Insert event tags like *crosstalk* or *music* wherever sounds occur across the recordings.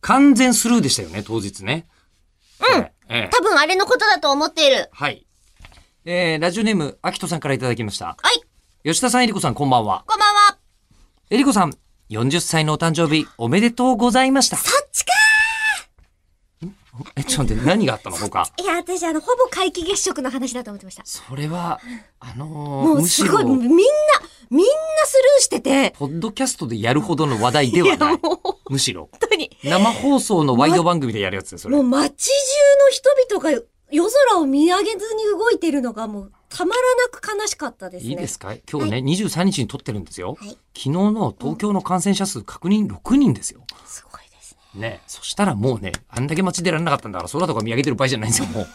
完全スルーでしたよね、当日ね。うこんれええ多分あれのことだと思っている。はい。えー、ラジオネーム、アキトさんからいただきました。はい、吉田さん、えりこさん、こんばんは。こんばんは。えりこさん、40歳のお誕生日、おめでとうございました。そっちかえ、ちょっと待って、何があったの他。いや、私、あの、ほぼ皆既月食の話だと思ってました。それは、あのーもうむしすごい、みんな、ろ、みんなスルーしてて、ポッドキャストでやるほどの話題ではないいや。もむしろ。本当に、生放送のワイド番組でやるやつですそれもう。街中の人々が夜空を見上げずに動いてるのがもうたまらなく悲しかったですね。いいですか今日ね、23日に撮ってるんですよ。はい昨日の東京の感染者数確認6人ですよ。すごいですね。ね。そしたらもうね、あんだけ街出られなかったんだから空とか見上げてる場合じゃないんですよ、もう。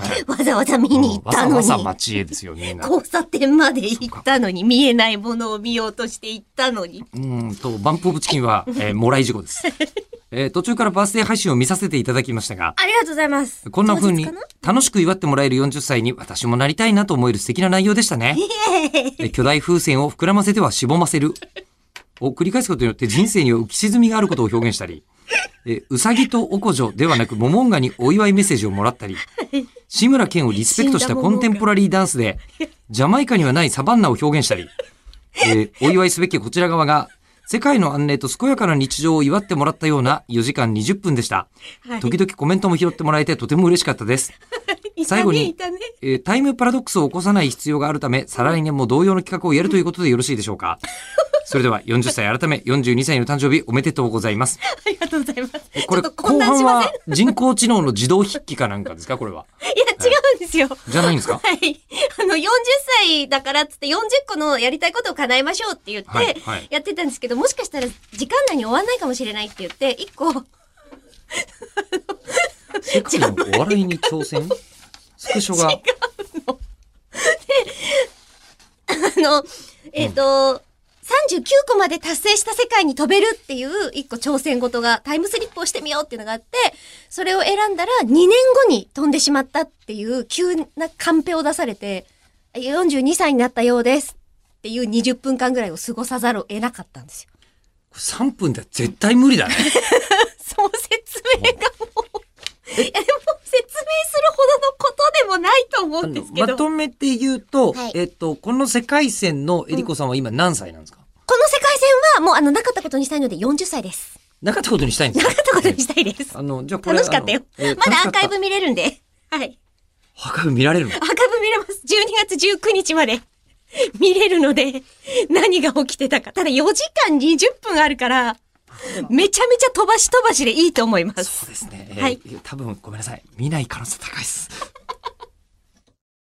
はいわざわざ見に行ったのわに。ざわざ街へですよ、みんな。交差点まで行ったのに、見えないものを見ようとして行ったのに。うーんと、バンプオブチキンは、えー、もらい事故です。 *laughs* えー途中からバースデー配信を見させていただきましたが、ありがとうございます。こんな風に当日かな楽しく祝ってもらえる40歳に私もなりたいなと思える素敵な内容でしたね。えー巨大風船を膨らませてはしぼませる。を繰り返すことによって人生には浮き沈みがあることを表現したり、えーうさぎとおこじょではなくモモンガにお祝いメッセージをもらったり、志村けんをリスペクトしたコンテンポラリーダンスで、ジャマイカにはないサバンナを表現したり、えーお祝いすべきこちら側が、世界の安寧と健やかな日常を祝ってもらったような4時間20分でした。 *laughs* はい時々コメントも拾ってもらえてとても嬉しかったです。最後にいたねいたねえータイムパラドックスを起こさない必要があるため、再来年も同様の企画をやるということでよろしいでしょう *laughs* か。それでは40歳改め42歳の誕生日おめでとうござい *laughs* ます。ありがとうございます。これちょっと後混乱半しませんは人工知能の自動筆記かなんかですかこれは。いや、違うんですよ。じゃないんですかはい。あの、40歳だからっつって40個のやりたいことを叶えましょうって言っはいてはい、やってたんですけど、もしかしたら時間内に終わんないかもしれないって言って、1個、世界のお笑いに挑 *laughs* 戦スクショが。あの、えっ、と、39個まで達成した世界に飛べるっていう一個挑戦事がタイムスリップをしてみようっていうのがあって、それを選んだら2年後に飛んでしまったっていう急なカンペを出されて、42歳になったようですっていう20分間ぐらいを過ごさざるを得なかったんですよ。 *laughs* 3分では絶対無理だね。その説明がもう、いやでも説明するほどのことでもないと思うんですけど、まとめて言うと、はいえっと、この世界線のえりこさんは今何歳なんですか、この世界線はもうあのなかったことにしたいので40歳です。なかったことにしたいんです *laughs* なかかったことにしたいです。あの、じゃあこれ楽しかったよ。あのえーまだア楽しかーカったイブ見れるんで。はい。アーカイブ見られるのアーカイブ見れます。12月19日まで *laughs* 見れるので、何が起きてたか。ただ4時間20分あるから、めちゃめちゃ飛ばし飛ばしでいいと思いまそす。うですね。えーはい多分ごめんなさい。見ない可能性高いです。